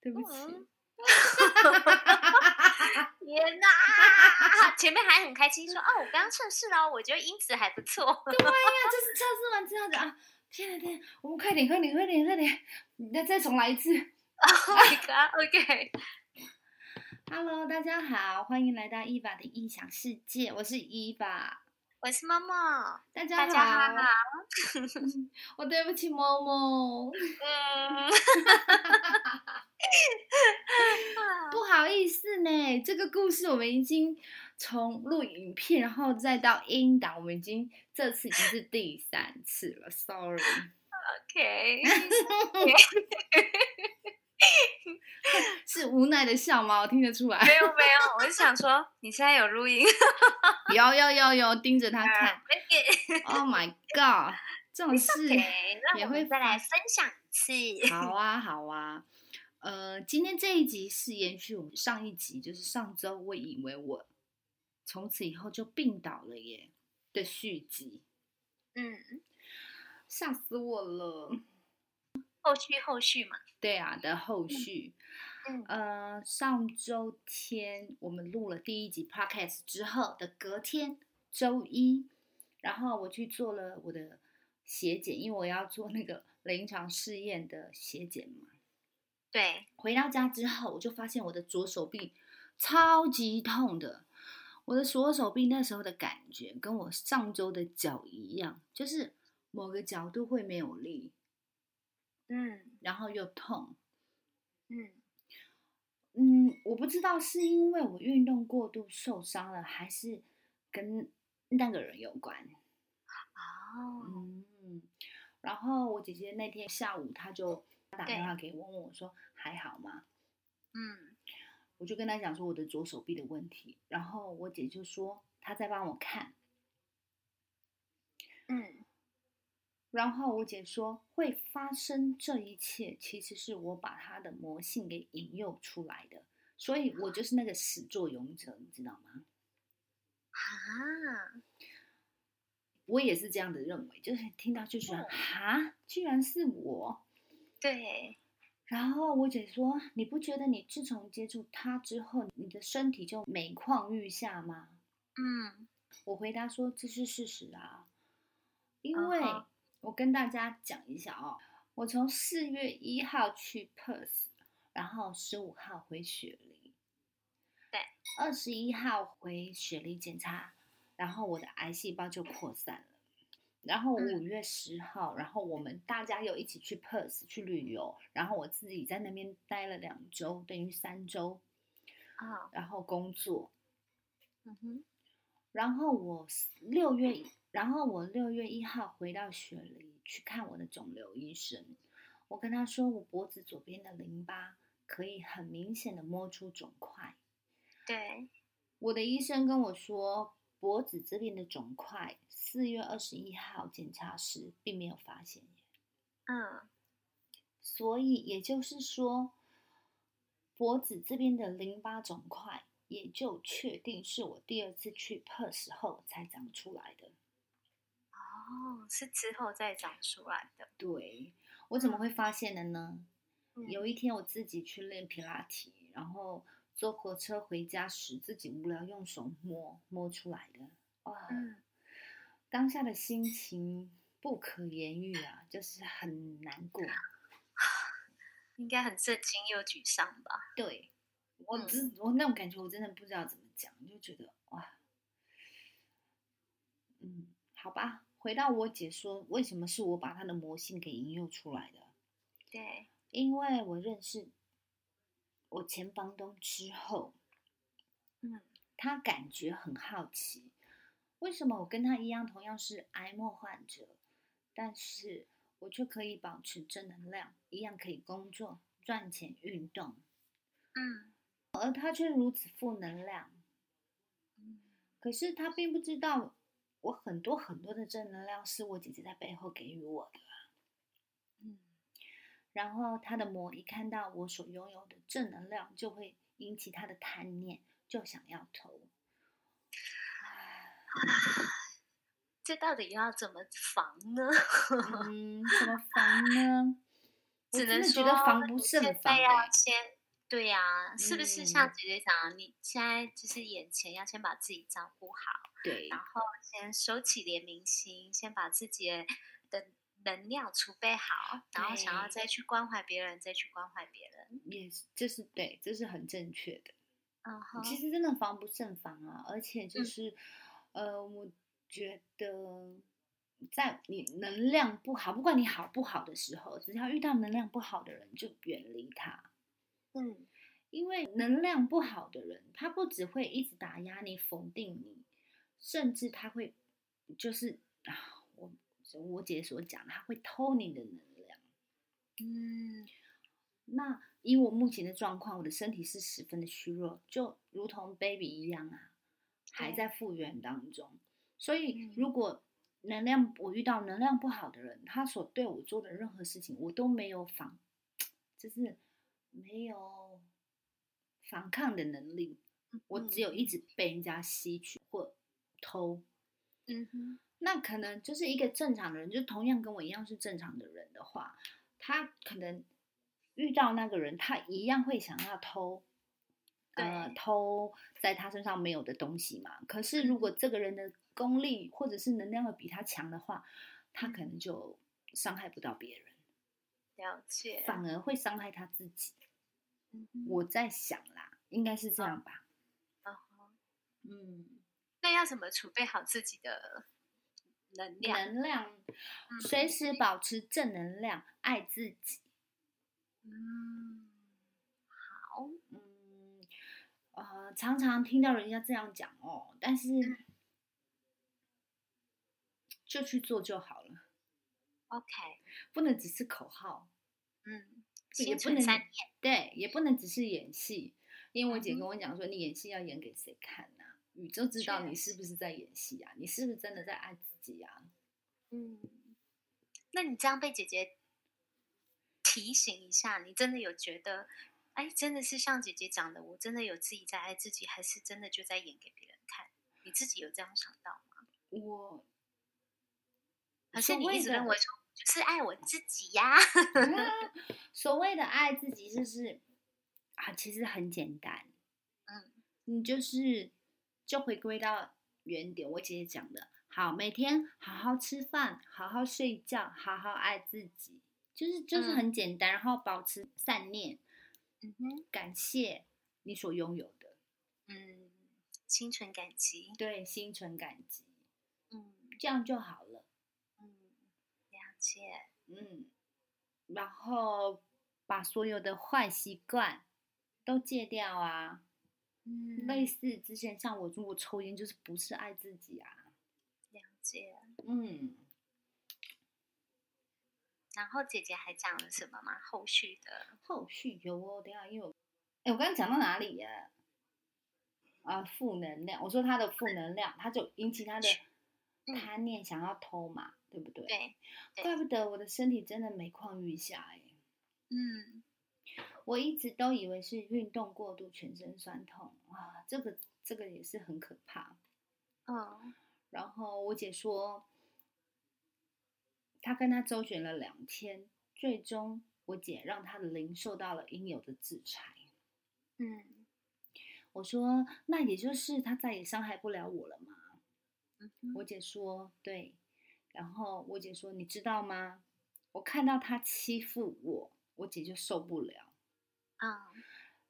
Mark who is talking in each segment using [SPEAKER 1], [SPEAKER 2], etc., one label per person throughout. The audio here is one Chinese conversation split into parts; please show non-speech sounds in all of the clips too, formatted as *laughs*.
[SPEAKER 1] 对不起，
[SPEAKER 2] 嗯
[SPEAKER 1] 哈，
[SPEAKER 2] 天哪！ *laughs* 前面还很开心说哦，我刚刚测试了，我觉得音质还不错。 *laughs* Oh
[SPEAKER 1] 哎就是测试完之后的啊，天哪天哪，我们快点快点快点快点，你再再重来一次。
[SPEAKER 2] Oh my god！OK，、
[SPEAKER 1] Hello，大家好，欢迎来到伊娃的异想世界，我是伊娃。
[SPEAKER 2] 我是猫猫，
[SPEAKER 1] 大家
[SPEAKER 2] 大家好。
[SPEAKER 1] 我对不起猫猫，
[SPEAKER 2] 嗯，
[SPEAKER 1] 不好意思呢。这个故事我们已经从录影片，然后再到音档，我们已经这次已经是第三次了，sorry。
[SPEAKER 2] *laughs* OK，
[SPEAKER 1] 是无奈的笑吗？我听得出来。 *laughs*
[SPEAKER 2] 没有没有，我是想说你现在有录 *laughs* 音，
[SPEAKER 1] 有有有有，盯着他
[SPEAKER 2] *laughs*
[SPEAKER 1] 看。Oh my god，这种事。
[SPEAKER 2] OK，
[SPEAKER 1] 也
[SPEAKER 2] 那我
[SPEAKER 1] 会
[SPEAKER 2] 们再来
[SPEAKER 1] 发
[SPEAKER 2] 分享一次。
[SPEAKER 1] 好啊，好啊。呃，今天这一集是延续我们上一集，就是上周我以为我从此以后就病倒了耶的续集，
[SPEAKER 2] 嗯，
[SPEAKER 1] 吓死我了。
[SPEAKER 2] 后续后续嘛，
[SPEAKER 1] 对啊的后续，
[SPEAKER 2] 嗯
[SPEAKER 1] 呃，上周天我们录了第一集 podcast 之后的隔天周一，然后我去做了我的血检，因为我要做那个临床试验的血检嘛。
[SPEAKER 2] 对，
[SPEAKER 1] 回到家之后，我就发现我的左手臂超级痛的。我的左手臂那时候的感觉跟我上周的脚一样，就是某个角度会没有力，
[SPEAKER 2] 嗯
[SPEAKER 1] 然后又痛。
[SPEAKER 2] 嗯
[SPEAKER 1] 嗯，我不知道是因为我运动过度受伤了，还是跟那个人有关。
[SPEAKER 2] 哦，
[SPEAKER 1] 嗯，然后我姐姐那天下午她就打
[SPEAKER 2] 对
[SPEAKER 1] 电话给我，问我说还好吗？
[SPEAKER 2] 嗯
[SPEAKER 1] 我就跟他讲说我的左手臂的问题，然后我姐就说她在帮我看，
[SPEAKER 2] 嗯，
[SPEAKER 1] 然后我姐说会发生这一切，其实是我把她的魔性给引诱出来的，所以我就是那个始作俑者，你知道吗？
[SPEAKER 2] 啊，
[SPEAKER 1] 我也是这样的认为，就是听到就觉得哈，居然是我。
[SPEAKER 2] 对，
[SPEAKER 1] 然后我姐说：“你不觉得你自从接触他之后，你的身体就每况愈下吗？”
[SPEAKER 2] 嗯
[SPEAKER 1] 我回答说这是事实啊，因
[SPEAKER 2] 嗯
[SPEAKER 1] 为
[SPEAKER 2] 哼
[SPEAKER 1] 我跟大家讲一下哦，我从四月一号去 Perth，然后十五号回雪梨，
[SPEAKER 2] 对，
[SPEAKER 1] 二十一号回雪梨检查，然后我的癌细胞就扩散了。然后
[SPEAKER 2] 嗯
[SPEAKER 1] 五月十号，然后我们大家又一起去 Perth 去旅游，然后我自己在那边待了两周，等于三周，
[SPEAKER 2] 啊，
[SPEAKER 1] 然后工作，
[SPEAKER 2] 嗯哼，
[SPEAKER 1] 然后我四六月一，然后我六月一号回到雪梨去看我的肿瘤医生。我跟他说，我脖子左边的淋巴可以很明显的摸出肿块。
[SPEAKER 2] 对，
[SPEAKER 1] 我的医生跟我说，脖子这边的肿块，四月二十一号检查时并没有发现，
[SPEAKER 2] 嗯
[SPEAKER 1] 所以也就是说，脖子这边的淋巴肿块也就确定是我第二次去 Perth 后才长出来的。
[SPEAKER 2] 哦，是之后再长出来的，
[SPEAKER 1] 对，我怎么会发现的呢？
[SPEAKER 2] 嗯
[SPEAKER 1] 有一天我自己去练皮拉提，然后坐火车回家时，自己无聊用手摸摸出来的。哇，
[SPEAKER 2] 嗯
[SPEAKER 1] 当下的心情不可言喻啊，就是很难过。
[SPEAKER 2] 应该很震惊又沮丧吧？
[SPEAKER 1] 对我
[SPEAKER 2] 嗯
[SPEAKER 1] 真、我那种感觉，我真的不知道怎么讲，就觉得哇，嗯，好吧。回到我姐说，为什么是我把她的魔性给引诱出来的？
[SPEAKER 2] 对，
[SPEAKER 1] 因为我认识我前房东之后，
[SPEAKER 2] 嗯，
[SPEAKER 1] 他感觉很好奇，为什么我跟他一样同样是癌末患者，但是我却可以保持正能量，一样可以工作、赚钱、运动，
[SPEAKER 2] 嗯
[SPEAKER 1] 而他却如此负能量。
[SPEAKER 2] 嗯
[SPEAKER 1] 可是他并不知道，我很多很多的正能量是我姐姐在背后给予我的。
[SPEAKER 2] 嗯，
[SPEAKER 1] 然后他的魔一看到我所拥有的正能量，就会引起他的贪念，就想要投。
[SPEAKER 2] *laughs* 这到底要怎么防呢？ *laughs*
[SPEAKER 1] 嗯，怎么防呢？我
[SPEAKER 2] 只
[SPEAKER 1] 真
[SPEAKER 2] 能
[SPEAKER 1] 的觉
[SPEAKER 2] 说啊
[SPEAKER 1] 得防不
[SPEAKER 2] 你
[SPEAKER 1] 胜
[SPEAKER 2] 现
[SPEAKER 1] 防
[SPEAKER 2] 在要
[SPEAKER 1] 欸
[SPEAKER 2] 先，对呀、是不是
[SPEAKER 1] 嗯
[SPEAKER 2] 像姐姐讲的，你现在就是眼前要先把自己照顾好，
[SPEAKER 1] 对
[SPEAKER 2] 然后先收起怜悯心，先把自己的的能量储备好，然后想要
[SPEAKER 1] 对
[SPEAKER 2] 再去关怀别人，再去关怀别人。
[SPEAKER 1] 也是，这是对，这是很正确的。
[SPEAKER 2] 嗯哼，
[SPEAKER 1] 其实真的防不胜防啊，而且就
[SPEAKER 2] 嗯
[SPEAKER 1] 是，呃，我觉得在你能量不好，不管你好不好的时候，只要遇到能量不好的人，就远离他。
[SPEAKER 2] 嗯，
[SPEAKER 1] 因为能量不好的人，他不只会一直打压你、否定你，甚至他会就是啊，我我姐所讲的，他会偷你的能量。
[SPEAKER 2] 嗯，
[SPEAKER 1] 那以我目前的状况，我的身体是十分的虚弱，就如同 baby 一样啊，还
[SPEAKER 2] 对
[SPEAKER 1] 在复原当中。所以
[SPEAKER 2] 嗯，
[SPEAKER 1] 如果能量我遇到能量不好的人，他所对我做的任何事情，我都没有反，就是没有反抗的能力，
[SPEAKER 2] 嗯
[SPEAKER 1] 我只有一直被人家吸取或偷。
[SPEAKER 2] 嗯哼，
[SPEAKER 1] 那可能就是一个正常的人，就同样跟我一样是正常的人的话，他可能遇到那个人，他一样会想要偷，呃，
[SPEAKER 2] 对
[SPEAKER 1] 偷在他身上没有的东西嘛。可是如果
[SPEAKER 2] 嗯
[SPEAKER 1] 这个人的功力或者是能量会比他强的话，他可能就伤害不到别人，
[SPEAKER 2] 了解。
[SPEAKER 1] 反而会伤害他自己。
[SPEAKER 2] 嗯哼
[SPEAKER 1] 我在想啦，应该是这样吧。
[SPEAKER 2] 嗯
[SPEAKER 1] 嗯。
[SPEAKER 2] 那要怎么储备好自己的能量？
[SPEAKER 1] 能量，
[SPEAKER 2] 嗯
[SPEAKER 1] 随时保持正能量，爱自己。
[SPEAKER 2] 嗯，好，
[SPEAKER 1] 嗯，呃，常常听到人家这样讲哦，但是就去做就好了，
[SPEAKER 2] OK，
[SPEAKER 1] 不能只是口号，
[SPEAKER 2] 嗯，
[SPEAKER 1] 也
[SPEAKER 2] 心
[SPEAKER 1] 不
[SPEAKER 2] 存
[SPEAKER 1] 能
[SPEAKER 2] 善
[SPEAKER 1] 只对，也不能只是演戏。因为我姐
[SPEAKER 2] 嗯
[SPEAKER 1] 跟我讲说，你演戏要演给谁看呐、宇宙知道
[SPEAKER 2] 确
[SPEAKER 1] 你是不是在演戏啊？你是不是真的在爱自己啊呀、
[SPEAKER 2] 嗯，那你这样被姐姐提醒一下，你真的有觉得，哎，真的是像姐姐讲的，我真的有自己在爱自己，还是真的就在演给别人看？你自己有这样想到吗？
[SPEAKER 1] 我
[SPEAKER 2] 还是
[SPEAKER 1] 所
[SPEAKER 2] 你一
[SPEAKER 1] 谓
[SPEAKER 2] 直
[SPEAKER 1] 的
[SPEAKER 2] 认为说，就是爱我自己呀？ *laughs*
[SPEAKER 1] 所谓的爱自己，就是啊，其实很简单，
[SPEAKER 2] 嗯，
[SPEAKER 1] 你就是就回归到原点，我姐姐讲的，好，每天好好吃饭，好好睡觉，好好爱自己，就是就是
[SPEAKER 2] 嗯
[SPEAKER 1] 很简单，然后保持善念，
[SPEAKER 2] 嗯哼，
[SPEAKER 1] 感谢你所拥有的，
[SPEAKER 2] 嗯，心存感激，
[SPEAKER 1] 对，心存感激，
[SPEAKER 2] 嗯
[SPEAKER 1] 这样就好了，
[SPEAKER 2] 嗯，了解，
[SPEAKER 1] 嗯，然后把所有的坏习惯都戒掉啊，
[SPEAKER 2] 嗯，
[SPEAKER 1] 类似之前像我如果抽烟就是不是爱自己啊，
[SPEAKER 2] 了解。
[SPEAKER 1] 嗯，
[SPEAKER 2] 然后姐姐还讲了什么吗？后续的，
[SPEAKER 1] 后续有哦，等一下因为我，哎，我刚刚讲到哪里呀、啊？负能量，我说他的负能量，他就引起他的
[SPEAKER 2] *sniffs* 嗯
[SPEAKER 1] 贪念，想要偷嘛，对不对？
[SPEAKER 2] 对，对
[SPEAKER 1] 怪不得我的身体真的每况愈下哎、
[SPEAKER 2] 嗯，
[SPEAKER 1] 我一直都以为是运动过度，全身酸痛啊，这个这个也是很可怕。哦
[SPEAKER 2] 嗯，
[SPEAKER 1] 然后我姐说，她跟她周旋了两天，最终我姐让她的灵受到了应有的制裁。
[SPEAKER 2] 嗯，
[SPEAKER 1] 我说，那也就是她再也伤害不了我了嘛。
[SPEAKER 2] 嗯哼
[SPEAKER 1] 我姐说，对。然后我姐说，你知道吗？我看到她欺负我，我姐就受不了。
[SPEAKER 2] 嗯。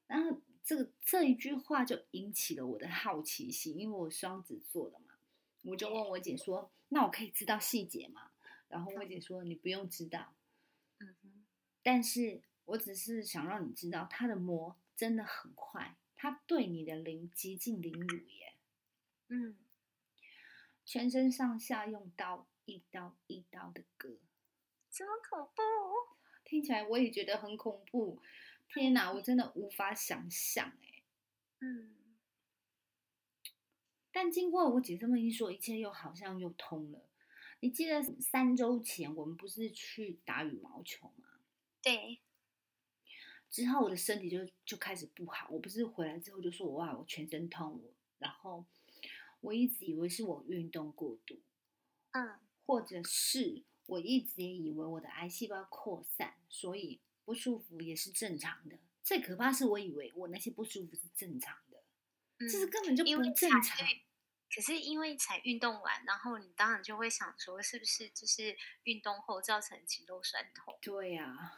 [SPEAKER 1] 然后这个这一句话就引起了我的好奇心，因为我双子座的嘛，我就问我姐说：“那我可以知道细节吗？”然后我姐说：“你不用知道，
[SPEAKER 2] 嗯哼，
[SPEAKER 1] 但是我只是想让你知道，他的魔真的很坏，他对你的灵极尽凌辱耶，
[SPEAKER 2] 嗯，
[SPEAKER 1] 全身上下用刀一刀一刀的割。”
[SPEAKER 2] 这么恐怖，
[SPEAKER 1] 听起来我也觉得很恐怖，天哪，我真的无法想象哎。
[SPEAKER 2] 嗯，
[SPEAKER 1] 但经过我姐这么一说，一切又好像又通了。你记得三周前我们不是去打羽毛球吗？
[SPEAKER 2] 对，
[SPEAKER 1] 之后我的身体就就开始不好，我不是回来之后就说哇，我全身痛，我然后我一直以为是我运动过度，
[SPEAKER 2] 嗯
[SPEAKER 1] 或者是我一直也以为我的癌细胞扩散，所以不舒服也是正常的。最可怕是我以为我那些不舒服是正常的，
[SPEAKER 2] 嗯
[SPEAKER 1] 这是根本就
[SPEAKER 2] 因
[SPEAKER 1] 不
[SPEAKER 2] 为
[SPEAKER 1] 正
[SPEAKER 2] 才
[SPEAKER 1] 常。
[SPEAKER 2] 对可是因为才运动完，然后你当然就会想说，是不是就是运动后造成肌肉酸痛？
[SPEAKER 1] 对呀、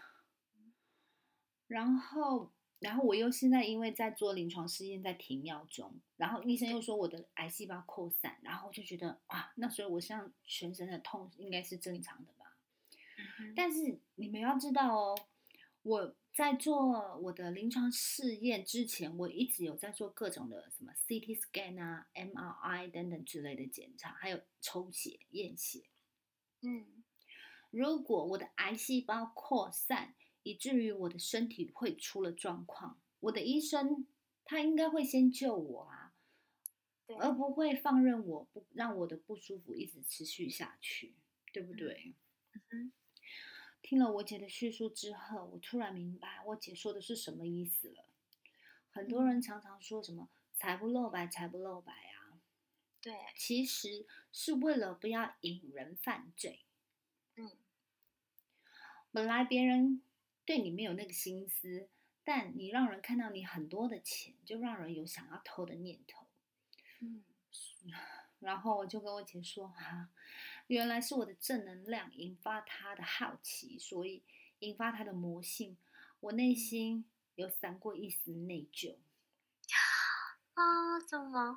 [SPEAKER 1] 然后，然后我又现在因为在做临床试验，在停药中，然后医生又说我的癌细胞扩散，然后我就觉得啊，那所以我像全身的痛应该是正常的吧？
[SPEAKER 2] 嗯哼
[SPEAKER 1] 但是你们要知道哦，我在做我的临床试验之前，我一直有在做各种的什么 CT scan 啊、MRI 等等之类的检查，还有抽血、验血。
[SPEAKER 2] 嗯
[SPEAKER 1] 如果我的癌细胞扩散，以至于我的身体会出了状况，我的医生他应该会先救我啊，
[SPEAKER 2] 对
[SPEAKER 1] 而不会放任我不让我的不舒服一直持续下去，对不
[SPEAKER 2] 嗯
[SPEAKER 1] 对？
[SPEAKER 2] 嗯
[SPEAKER 1] 听了我姐的叙述之后，我突然明白我姐说的是什么意思了。很
[SPEAKER 2] 嗯
[SPEAKER 1] 多人常常说什么“财不露白，财不露白”啊，
[SPEAKER 2] 对，
[SPEAKER 1] 其实是为了不要引人犯罪。
[SPEAKER 2] 嗯
[SPEAKER 1] 本来别人对你没有那个心思，但你让人看到你很多的钱，就让人有想要偷的念头。 *laughs*
[SPEAKER 2] 嗯
[SPEAKER 1] 然后我就跟我姐说啊，原来是我的正能量引发她的好奇，所以引发她的魔性。我
[SPEAKER 2] 嗯
[SPEAKER 1] 内心有闪过一丝内疚，
[SPEAKER 2] 啊、怎
[SPEAKER 1] 嗯
[SPEAKER 2] 么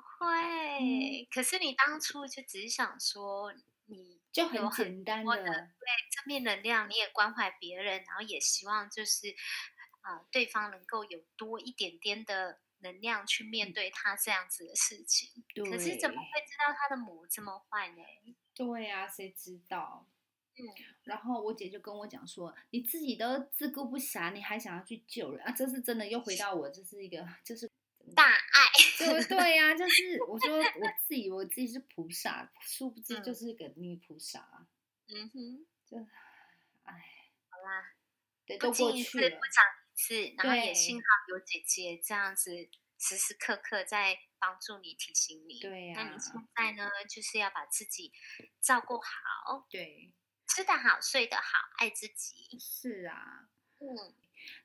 [SPEAKER 2] 会？可是你当初就只是想说你
[SPEAKER 1] 就
[SPEAKER 2] 有
[SPEAKER 1] 很
[SPEAKER 2] 很
[SPEAKER 1] 简单
[SPEAKER 2] 多
[SPEAKER 1] 的，
[SPEAKER 2] 的正面能量，你也关怀别人，然后也希望就是啊、呃对方能够有多一点点的能量去面对他这样子的事情。
[SPEAKER 1] 嗯对，
[SPEAKER 2] 可是怎么会知道他的膜这么坏呢？
[SPEAKER 1] 对呀、谁知道？
[SPEAKER 2] 嗯，
[SPEAKER 1] 然后我姐就跟我讲说：“你自己都自顾不暇，你还想要去救人啊？这是真的，又回到我，这是一个，就是 *laughs*
[SPEAKER 2] 大爱，
[SPEAKER 1] 对对呀、就是我说我自己，我自己是菩萨，殊不知
[SPEAKER 2] 嗯
[SPEAKER 1] 就是个女菩萨啊，
[SPEAKER 2] 嗯哼，
[SPEAKER 1] 就唉，
[SPEAKER 2] 好啦，
[SPEAKER 1] 对，
[SPEAKER 2] 不
[SPEAKER 1] 都过
[SPEAKER 2] 经一
[SPEAKER 1] 去
[SPEAKER 2] 事
[SPEAKER 1] 了
[SPEAKER 2] 不，长一智，然后也
[SPEAKER 1] 对
[SPEAKER 2] 幸好有姐姐这样子时时刻刻在帮助你、提醒你。
[SPEAKER 1] 对呀、
[SPEAKER 2] 那你现在呢，就是要把自己照顾好，
[SPEAKER 1] 对，
[SPEAKER 2] 吃得好，睡得好，爱自己。
[SPEAKER 1] 是啊，
[SPEAKER 2] 嗯，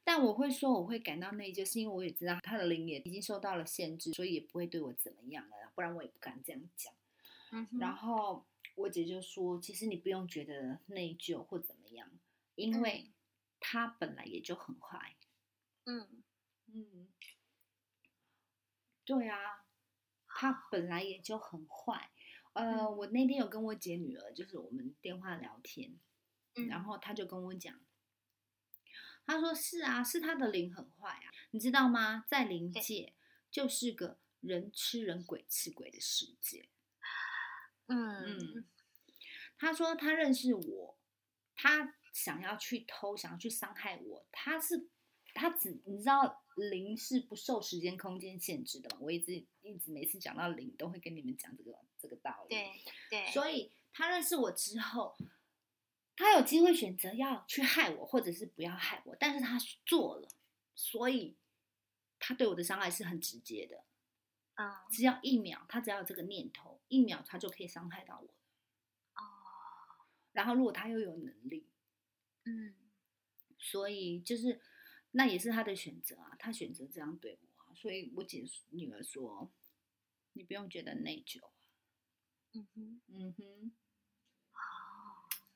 [SPEAKER 1] 但我会说我会感到内疚，是因为我也知道他的灵也已经受到了限制，所以也不会对我怎么样了，不然我也不敢这样讲。
[SPEAKER 2] 嗯哼
[SPEAKER 1] 然后我姐就说，其实你不用觉得内疚或怎么样，因为他本来也就很坏。
[SPEAKER 2] 嗯，
[SPEAKER 1] 嗯，对啊，他本来也就很坏。呃，
[SPEAKER 2] 嗯
[SPEAKER 1] 我那天有跟我姐女儿，就是我们电话聊天，
[SPEAKER 2] 嗯
[SPEAKER 1] 然后他就跟我讲，他说是啊，是他的灵很坏啊，你知道吗？在灵
[SPEAKER 2] 对
[SPEAKER 1] 界就是个人吃人鬼吃鬼的世界。
[SPEAKER 2] 嗯
[SPEAKER 1] 他说他认识我，他想要去偷，想要去伤害我，他是他只你知道灵是不受时间空间限制的嘛？我一直一直每次讲到灵都会跟你们讲这个这个道理。
[SPEAKER 2] 对对，
[SPEAKER 1] 所以他认识我之后，他有机会选择要去害我，或者是不要害我，但是他做了，所以他对我的伤害是很直接的。
[SPEAKER 2] 嗯
[SPEAKER 1] 只要一秒，他只要有这个念头，一秒他就可以伤害到我。
[SPEAKER 2] 哦，
[SPEAKER 1] 然后如果他又有能力，
[SPEAKER 2] 嗯
[SPEAKER 1] 所以就是那也是他的选择啊，他选择这样对我啊。所以我姐女儿说，你不用觉得内疚。啊
[SPEAKER 2] 嗯哼，
[SPEAKER 1] 嗯哼，
[SPEAKER 2] 哦，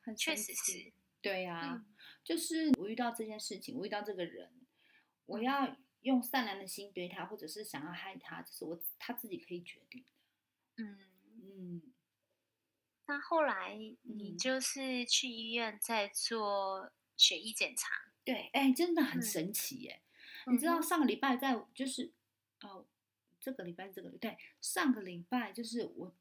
[SPEAKER 1] 很
[SPEAKER 2] 确
[SPEAKER 1] 神
[SPEAKER 2] 实
[SPEAKER 1] 奇
[SPEAKER 2] 是，
[SPEAKER 1] 对呀、
[SPEAKER 2] 嗯
[SPEAKER 1] 就是我遇到这件事情，我遇到这个人，
[SPEAKER 2] 嗯
[SPEAKER 1] 我要用善良的心对他，或者是想要害他，这是我他自己可以决定的。
[SPEAKER 2] 嗯。
[SPEAKER 1] 嗯，
[SPEAKER 2] 那后来你
[SPEAKER 1] 嗯
[SPEAKER 2] 就是去医院在做血液检查，
[SPEAKER 1] 对，哎、真的很
[SPEAKER 2] 嗯
[SPEAKER 1] 神奇耶、你知道
[SPEAKER 2] 嗯
[SPEAKER 1] 上个礼拜在就是哦，这个礼拜这个对上个礼拜就是我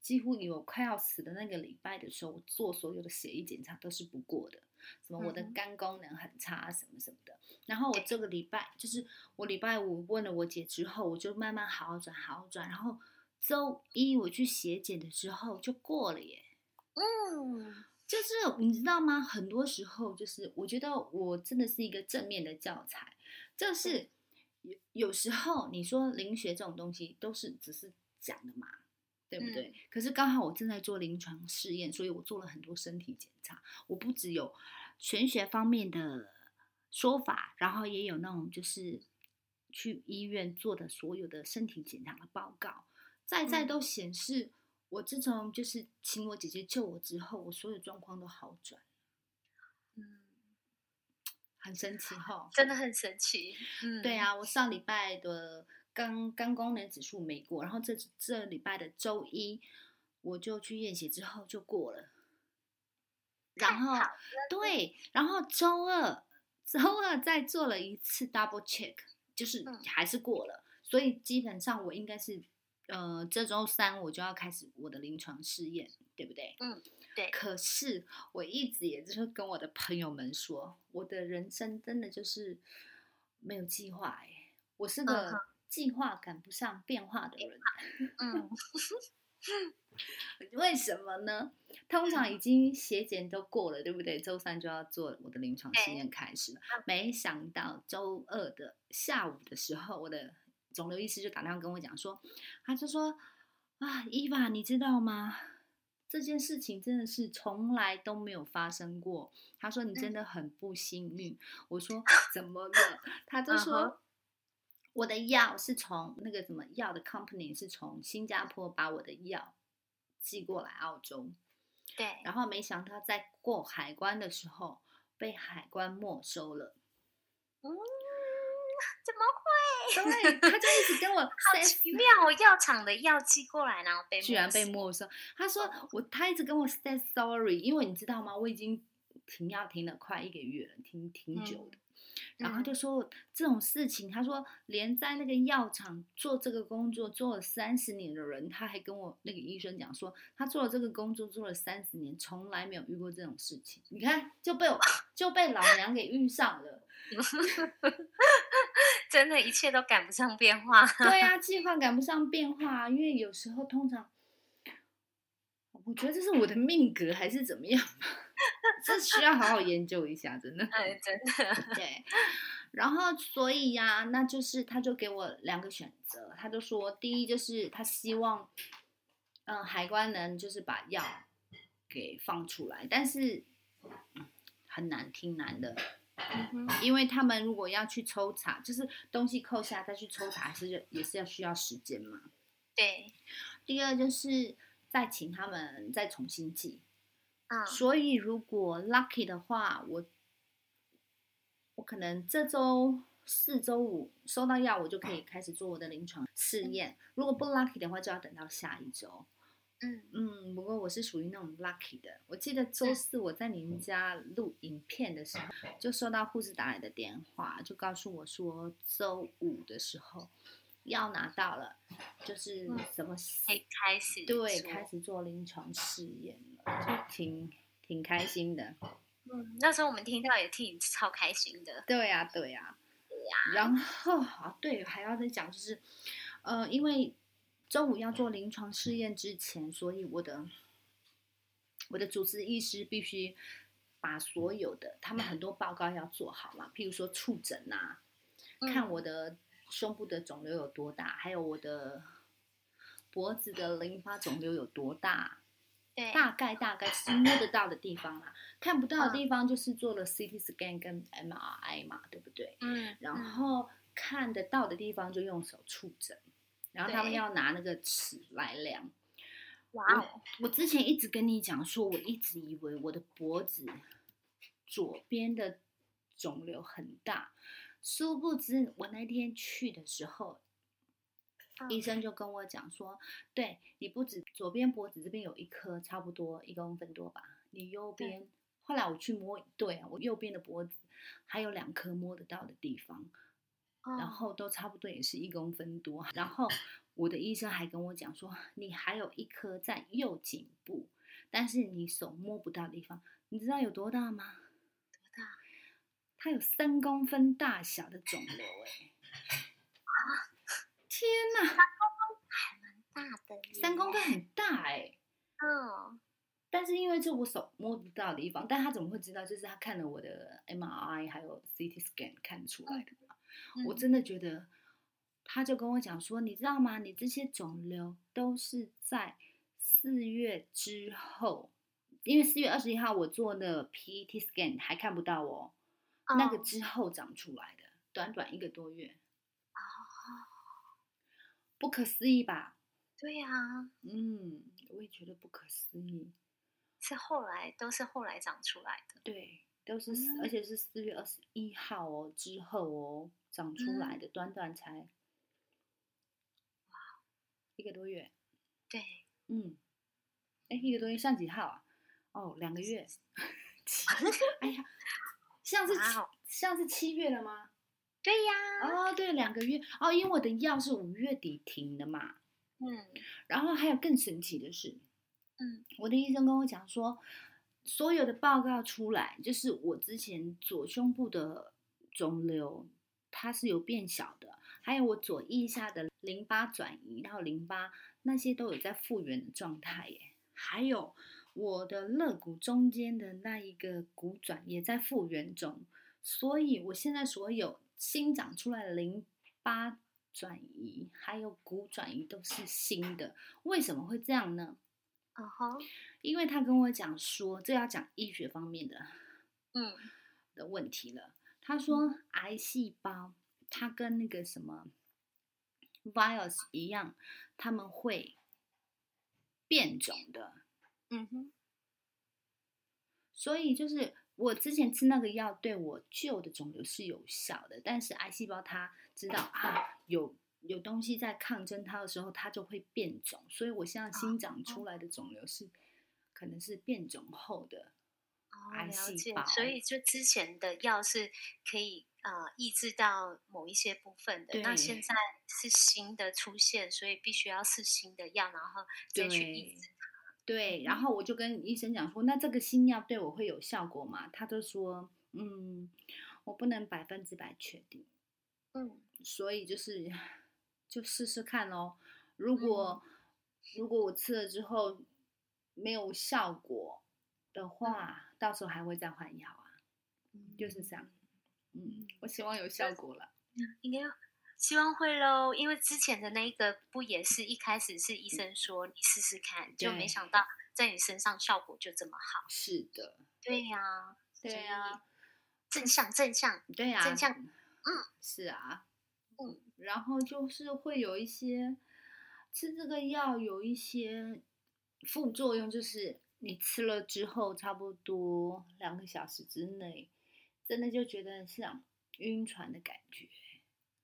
[SPEAKER 1] 几乎有快要死的那个礼拜的时候，我做所有的血液检查都是不过的，什么我的
[SPEAKER 2] 嗯哼
[SPEAKER 1] 肝功能很差什么什么的。然后我
[SPEAKER 2] 对
[SPEAKER 1] 这个礼拜就是我礼拜五问了我姐之后，我就慢慢好转好转，然后周一我去血检的时候就过了耶。
[SPEAKER 2] 哼，
[SPEAKER 1] 就是你知道吗？很多时候就是，我觉得我真的是一个正面的教材，就是有有时候你说灵学这种东西都是只是讲的嘛，对不对？
[SPEAKER 2] 嗯
[SPEAKER 1] 可是刚好我正在做临床试验，所以我做了很多身体检查，我不只有玄学方面的说法，然后也有那种就是去医院做的所有的身体检查的报告，在在都显示、我自从就是请我姐姐救我之后，我所有状况都好转，
[SPEAKER 2] 嗯，
[SPEAKER 1] 很神奇哈。
[SPEAKER 2] 真的很神奇。嗯，
[SPEAKER 1] 对，啊，我上礼拜的刚刚功能指数没过，然后这这礼拜的周一我就去验血之后就过了，
[SPEAKER 2] 太
[SPEAKER 1] 然后
[SPEAKER 2] 好了
[SPEAKER 1] 对，然后周二周二再做了一次 double check，就是
[SPEAKER 2] 嗯
[SPEAKER 1] 还是过了，所以基本上我应该是呃这周三我就要开始我的临床试验，对不对？
[SPEAKER 2] 嗯，对
[SPEAKER 1] 可是我一直也就是跟我的朋友们说，我的人生真的就是没有计划哎、我是
[SPEAKER 2] 嗯
[SPEAKER 1] 个计划赶不上变化的人。
[SPEAKER 2] 嗯，
[SPEAKER 1] 为什么呢？通
[SPEAKER 2] 嗯
[SPEAKER 1] 常已经血检都过了，对不对？周三就要做我的临床试
[SPEAKER 2] 对嗯
[SPEAKER 1] 验开始了。没想到周二的下午的时候，我的肿瘤医师就打电话跟我讲说，他就说啊，伊娃，你知道吗？这件事情真的是从来都没有发生过。他说你
[SPEAKER 2] 嗯
[SPEAKER 1] 真的很不幸运。我说怎么了？他就说、
[SPEAKER 2] 嗯哼
[SPEAKER 1] 我的药是从那个什么药的 company 是从新加坡把我的药寄过来澳洲，
[SPEAKER 2] 对，
[SPEAKER 1] 然后没想到在过海关的时候被海关没收了。
[SPEAKER 2] 嗯，怎么
[SPEAKER 1] 对，他就一直跟
[SPEAKER 2] *laughs*
[SPEAKER 1] 我
[SPEAKER 2] 会
[SPEAKER 1] say
[SPEAKER 2] 奇妙？药厂的药寄过来，然后被
[SPEAKER 1] 居
[SPEAKER 2] 没
[SPEAKER 1] 然被
[SPEAKER 2] 收哦
[SPEAKER 1] 没收。他说我，他一直跟我 say sorry，因为你知道吗？我已经停药停了快一个月了，停挺久的。然后
[SPEAKER 2] 嗯
[SPEAKER 1] 就说这种事情，他说连在那个药厂做这个工作做了三十年的人，他还跟我那个医生讲说，他做了这个工作做了三十年，从来没有遇过这种事情。你看，就被我就被老娘给遇上了。
[SPEAKER 2] 真的，一切都赶不上变化。
[SPEAKER 1] *laughs* 对
[SPEAKER 2] *laughs*
[SPEAKER 1] 啊，计划赶不上变化、啊，因为有时候通常，我觉得这是我的命格还是怎么样吧，这需要好好研究一下，真的。
[SPEAKER 2] 哎，真的，
[SPEAKER 1] 对，然后所以呀、那就是他就给我两个选择，他就说，第一就是他希望，嗯，海关能就是把药给放出来，但是嗯很难，挺难的。
[SPEAKER 2] 嗯哼
[SPEAKER 1] 因为他们如果要去抽查，就是东西扣下再去抽查，还是也是要需要时间嘛。
[SPEAKER 2] 对，
[SPEAKER 1] 第二就是再请他们再重新寄，
[SPEAKER 2] 嗯，
[SPEAKER 1] 所以如果 lucky 的话，我我可能这周四周五收到药，我就可以开始做我的临床试验。如果不 lucky 的话，就要等到下一周。
[SPEAKER 2] 嗯，
[SPEAKER 1] 嗯，不过我是属于那种 lucky 的。我记得周
[SPEAKER 2] 嗯
[SPEAKER 1] 四我在你们家录影片的时候，就收到护士打来的电话，就告诉我说周五的时候要拿到了，就是
[SPEAKER 2] 嗯
[SPEAKER 1] 什么、
[SPEAKER 2] 可以开始
[SPEAKER 1] 对
[SPEAKER 2] 做
[SPEAKER 1] 开始做临床试验了，就挺挺开心的。
[SPEAKER 2] 嗯，那时候我们听到也替你超开心的。
[SPEAKER 1] 对呀、对呀、然后啊，对，还要再讲就是，呃，因为周五要做临床试验之前，所以我的我的主治医师必须把所有的他们很多报告要做好嘛，譬如说触诊啊，看
[SPEAKER 2] 嗯
[SPEAKER 1] 我的胸部的肿瘤有多大，还有我的脖子的淋巴肿瘤有多大，
[SPEAKER 2] 对，
[SPEAKER 1] 大概大概是摸得到的地方啦，看不到的
[SPEAKER 2] 嗯
[SPEAKER 1] 地方就是做了 CT scan 跟 MRI 嘛，对不对？
[SPEAKER 2] 嗯，
[SPEAKER 1] 然
[SPEAKER 2] 嗯
[SPEAKER 1] 后看得到的地方就用手触诊，然后他们
[SPEAKER 2] 对
[SPEAKER 1] 要拿那个尺来量。
[SPEAKER 2] 哇哦，
[SPEAKER 1] 我之前一直跟你讲说，我一直以为我的脖子左边的肿瘤很大，殊不知我那天去的时候，
[SPEAKER 2] 嗯
[SPEAKER 1] 医生就跟我讲说，对你不止左边脖子这边有一颗，差不多一公分多吧，你右
[SPEAKER 2] 对
[SPEAKER 1] 边。后来我去摸，对啊，我右边的脖子还有两颗摸得到的地方，然
[SPEAKER 2] 哦
[SPEAKER 1] 后都差不多也是一公分多。然后我的医生还跟我讲说，你还有一颗在右颈部，但是你手摸不到的地方，你知道有多大吗？多
[SPEAKER 2] 大？
[SPEAKER 1] 它有三公分大小的肿瘤、哎！天哪，
[SPEAKER 2] 大的耶
[SPEAKER 1] 三公分，很大哎、
[SPEAKER 2] 嗯，
[SPEAKER 1] 但是因为这我手摸不到的地方，但他怎么会知道？就是他看了我的 MRI 还有 CT scan 看出来的嘛。我
[SPEAKER 2] 嗯
[SPEAKER 1] 真的觉得，他就跟我讲说，你知道吗？你这些肿瘤都是在四月之 E 后，因为四月二十一号我做的 PET scan 还看不到哦，那个
[SPEAKER 2] *laughs* 哦
[SPEAKER 1] 之后长出来的，短短一个多月，
[SPEAKER 2] 哦，
[SPEAKER 1] 不可思议吧？
[SPEAKER 2] 对呀、啊，
[SPEAKER 1] 嗯，我也觉得不可思议。
[SPEAKER 2] 是后来都是后来长出来的。
[SPEAKER 1] 对，都是四、而
[SPEAKER 2] 嗯
[SPEAKER 1] 且是四月二十一号哦之后哦长出来
[SPEAKER 2] 嗯
[SPEAKER 1] 的，短短才一个多月。
[SPEAKER 2] 对，
[SPEAKER 1] 嗯，哎，一个多月算几号啊？哦，两个
[SPEAKER 2] *laughs*
[SPEAKER 1] 月。哎呀，像是
[SPEAKER 2] 哇哦
[SPEAKER 1] 像是七月了吗？
[SPEAKER 2] 对呀、
[SPEAKER 1] 哦，对，两个月哦，因为我的药是五月底停的嘛。
[SPEAKER 2] 嗯
[SPEAKER 1] 然后还有更神奇的是，
[SPEAKER 2] 嗯，
[SPEAKER 1] 我的医生跟我讲说，所有的报告出来，就是我之前左胸部的肿瘤，它是有变小的，还有我左腋下的淋巴转移，然后淋巴那些都有在复原的状态耶，还有我的肋骨中间的那一个骨转也在复原中，所以我现在所有新长出来的淋巴转移还有骨转移都是新的，为什么会这样呢？
[SPEAKER 2] 嗯哼，
[SPEAKER 1] 因为他跟我讲说，这要讲医学方面的
[SPEAKER 2] 嗯
[SPEAKER 1] 的问题了。他说，癌细胞它跟那个什么 virus 一样，他们会变种的。
[SPEAKER 2] 嗯哼，
[SPEAKER 1] 所以就是我之前吃那个药对我旧的肿瘤是有效的，但是癌细胞它知道啊有有东西在抗争它的时候，它就会变种。所以我现在新长出来的肿瘤是可能是变种后的。
[SPEAKER 2] 哦，
[SPEAKER 1] 癌
[SPEAKER 2] 了
[SPEAKER 1] 细
[SPEAKER 2] 解
[SPEAKER 1] 胞。
[SPEAKER 2] 所以就之前的药是可以呃抑制到某一些部分的，那现
[SPEAKER 1] 对
[SPEAKER 2] 在是新的出现，所以必须要是新的药，然后再去抑
[SPEAKER 1] 对
[SPEAKER 2] 制。
[SPEAKER 1] 对，然后我就跟医生讲说，那这个新药对我会有效果吗？他就说，嗯，我不能百分之百确定，
[SPEAKER 2] 嗯
[SPEAKER 1] 所以就是就试试看咯。如果、如果我吃了之后没有效果的话，到时候还会再换药啊，就是这样。嗯，我希望有效果了。
[SPEAKER 2] 应该希望会喽，因为之前的那一个不也是一开始是医生说你试试看，就
[SPEAKER 1] 嗯
[SPEAKER 2] 没
[SPEAKER 1] 对
[SPEAKER 2] 想到在你身上效果就这么好。
[SPEAKER 1] 是的，
[SPEAKER 2] 对呀、
[SPEAKER 1] 对
[SPEAKER 2] 所以
[SPEAKER 1] 啊，
[SPEAKER 2] 正向正向，
[SPEAKER 1] 对啊，
[SPEAKER 2] 真相
[SPEAKER 1] 嗯，是啊，
[SPEAKER 2] 嗯，
[SPEAKER 1] 然后就是会有一些吃这个药有一些副作用，就是你吃了之后，差不多两个小时之内，真的就觉得像晕船的感觉，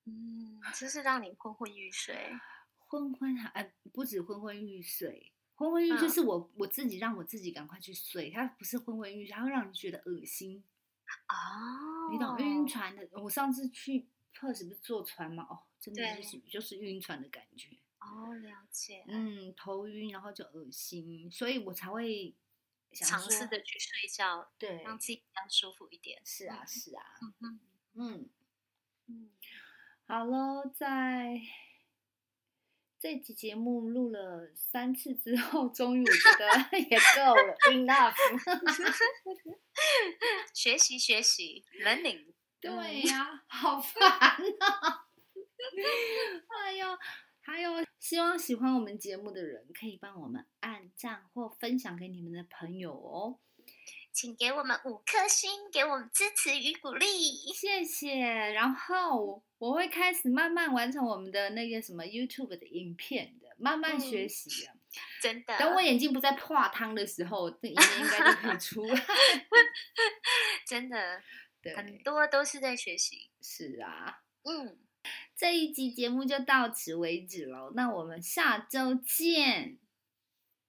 [SPEAKER 2] 嗯，就是让你昏昏欲睡。
[SPEAKER 1] 昏昏还、呃、不止昏昏欲睡。昏昏欲睡
[SPEAKER 2] 嗯
[SPEAKER 1] 是我、我自己让我自己赶快去睡，它不是昏昏欲睡，它会让你觉得恶心，
[SPEAKER 2] 哦，
[SPEAKER 1] 你懂晕船的。我上次去 Perth 不是坐船吗？哦，真的就
[SPEAKER 2] 对
[SPEAKER 1] 是就是晕船的感觉。
[SPEAKER 2] 哦，了解。
[SPEAKER 1] 嗯，头晕，然后就恶心，所以我才会想
[SPEAKER 2] 尝
[SPEAKER 1] 说
[SPEAKER 2] 试的去睡觉，
[SPEAKER 1] 对，
[SPEAKER 2] 让自己比较舒服一点。
[SPEAKER 1] 是啊
[SPEAKER 2] 嗯
[SPEAKER 1] 是啊，
[SPEAKER 2] 嗯嗯
[SPEAKER 1] 嗯，
[SPEAKER 2] 嗯，
[SPEAKER 1] 好喽，在这期节目录了三次之后，终于我觉得 *laughs* 也够了，enough。
[SPEAKER 2] 学习学习，learning。
[SPEAKER 1] 对
[SPEAKER 2] 嗯
[SPEAKER 1] 呀、好烦啊！ *laughs* 哎呦，还有，希望喜欢我们节目的人可以帮我们按赞或分享给你们的朋友哦。
[SPEAKER 2] 请给我们五颗星，给我们支持与鼓励。
[SPEAKER 1] 谢谢。然后我会开始慢慢完成我们的那个什么 YouTube 的影片的，慢慢学
[SPEAKER 2] 嗯
[SPEAKER 1] 习的、
[SPEAKER 2] 真的，
[SPEAKER 1] 等我眼睛不再泡汤的时候，这影片应该就
[SPEAKER 2] *laughs*
[SPEAKER 1] 可以出来。
[SPEAKER 2] 真的很
[SPEAKER 1] 对，
[SPEAKER 2] 多都是在学习。
[SPEAKER 1] 是啊。
[SPEAKER 2] 嗯，
[SPEAKER 1] 这一集节目就到此为止喽，那我们下周见，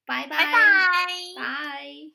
[SPEAKER 1] 拜
[SPEAKER 2] 拜
[SPEAKER 1] 拜
[SPEAKER 2] 拜。
[SPEAKER 1] 拜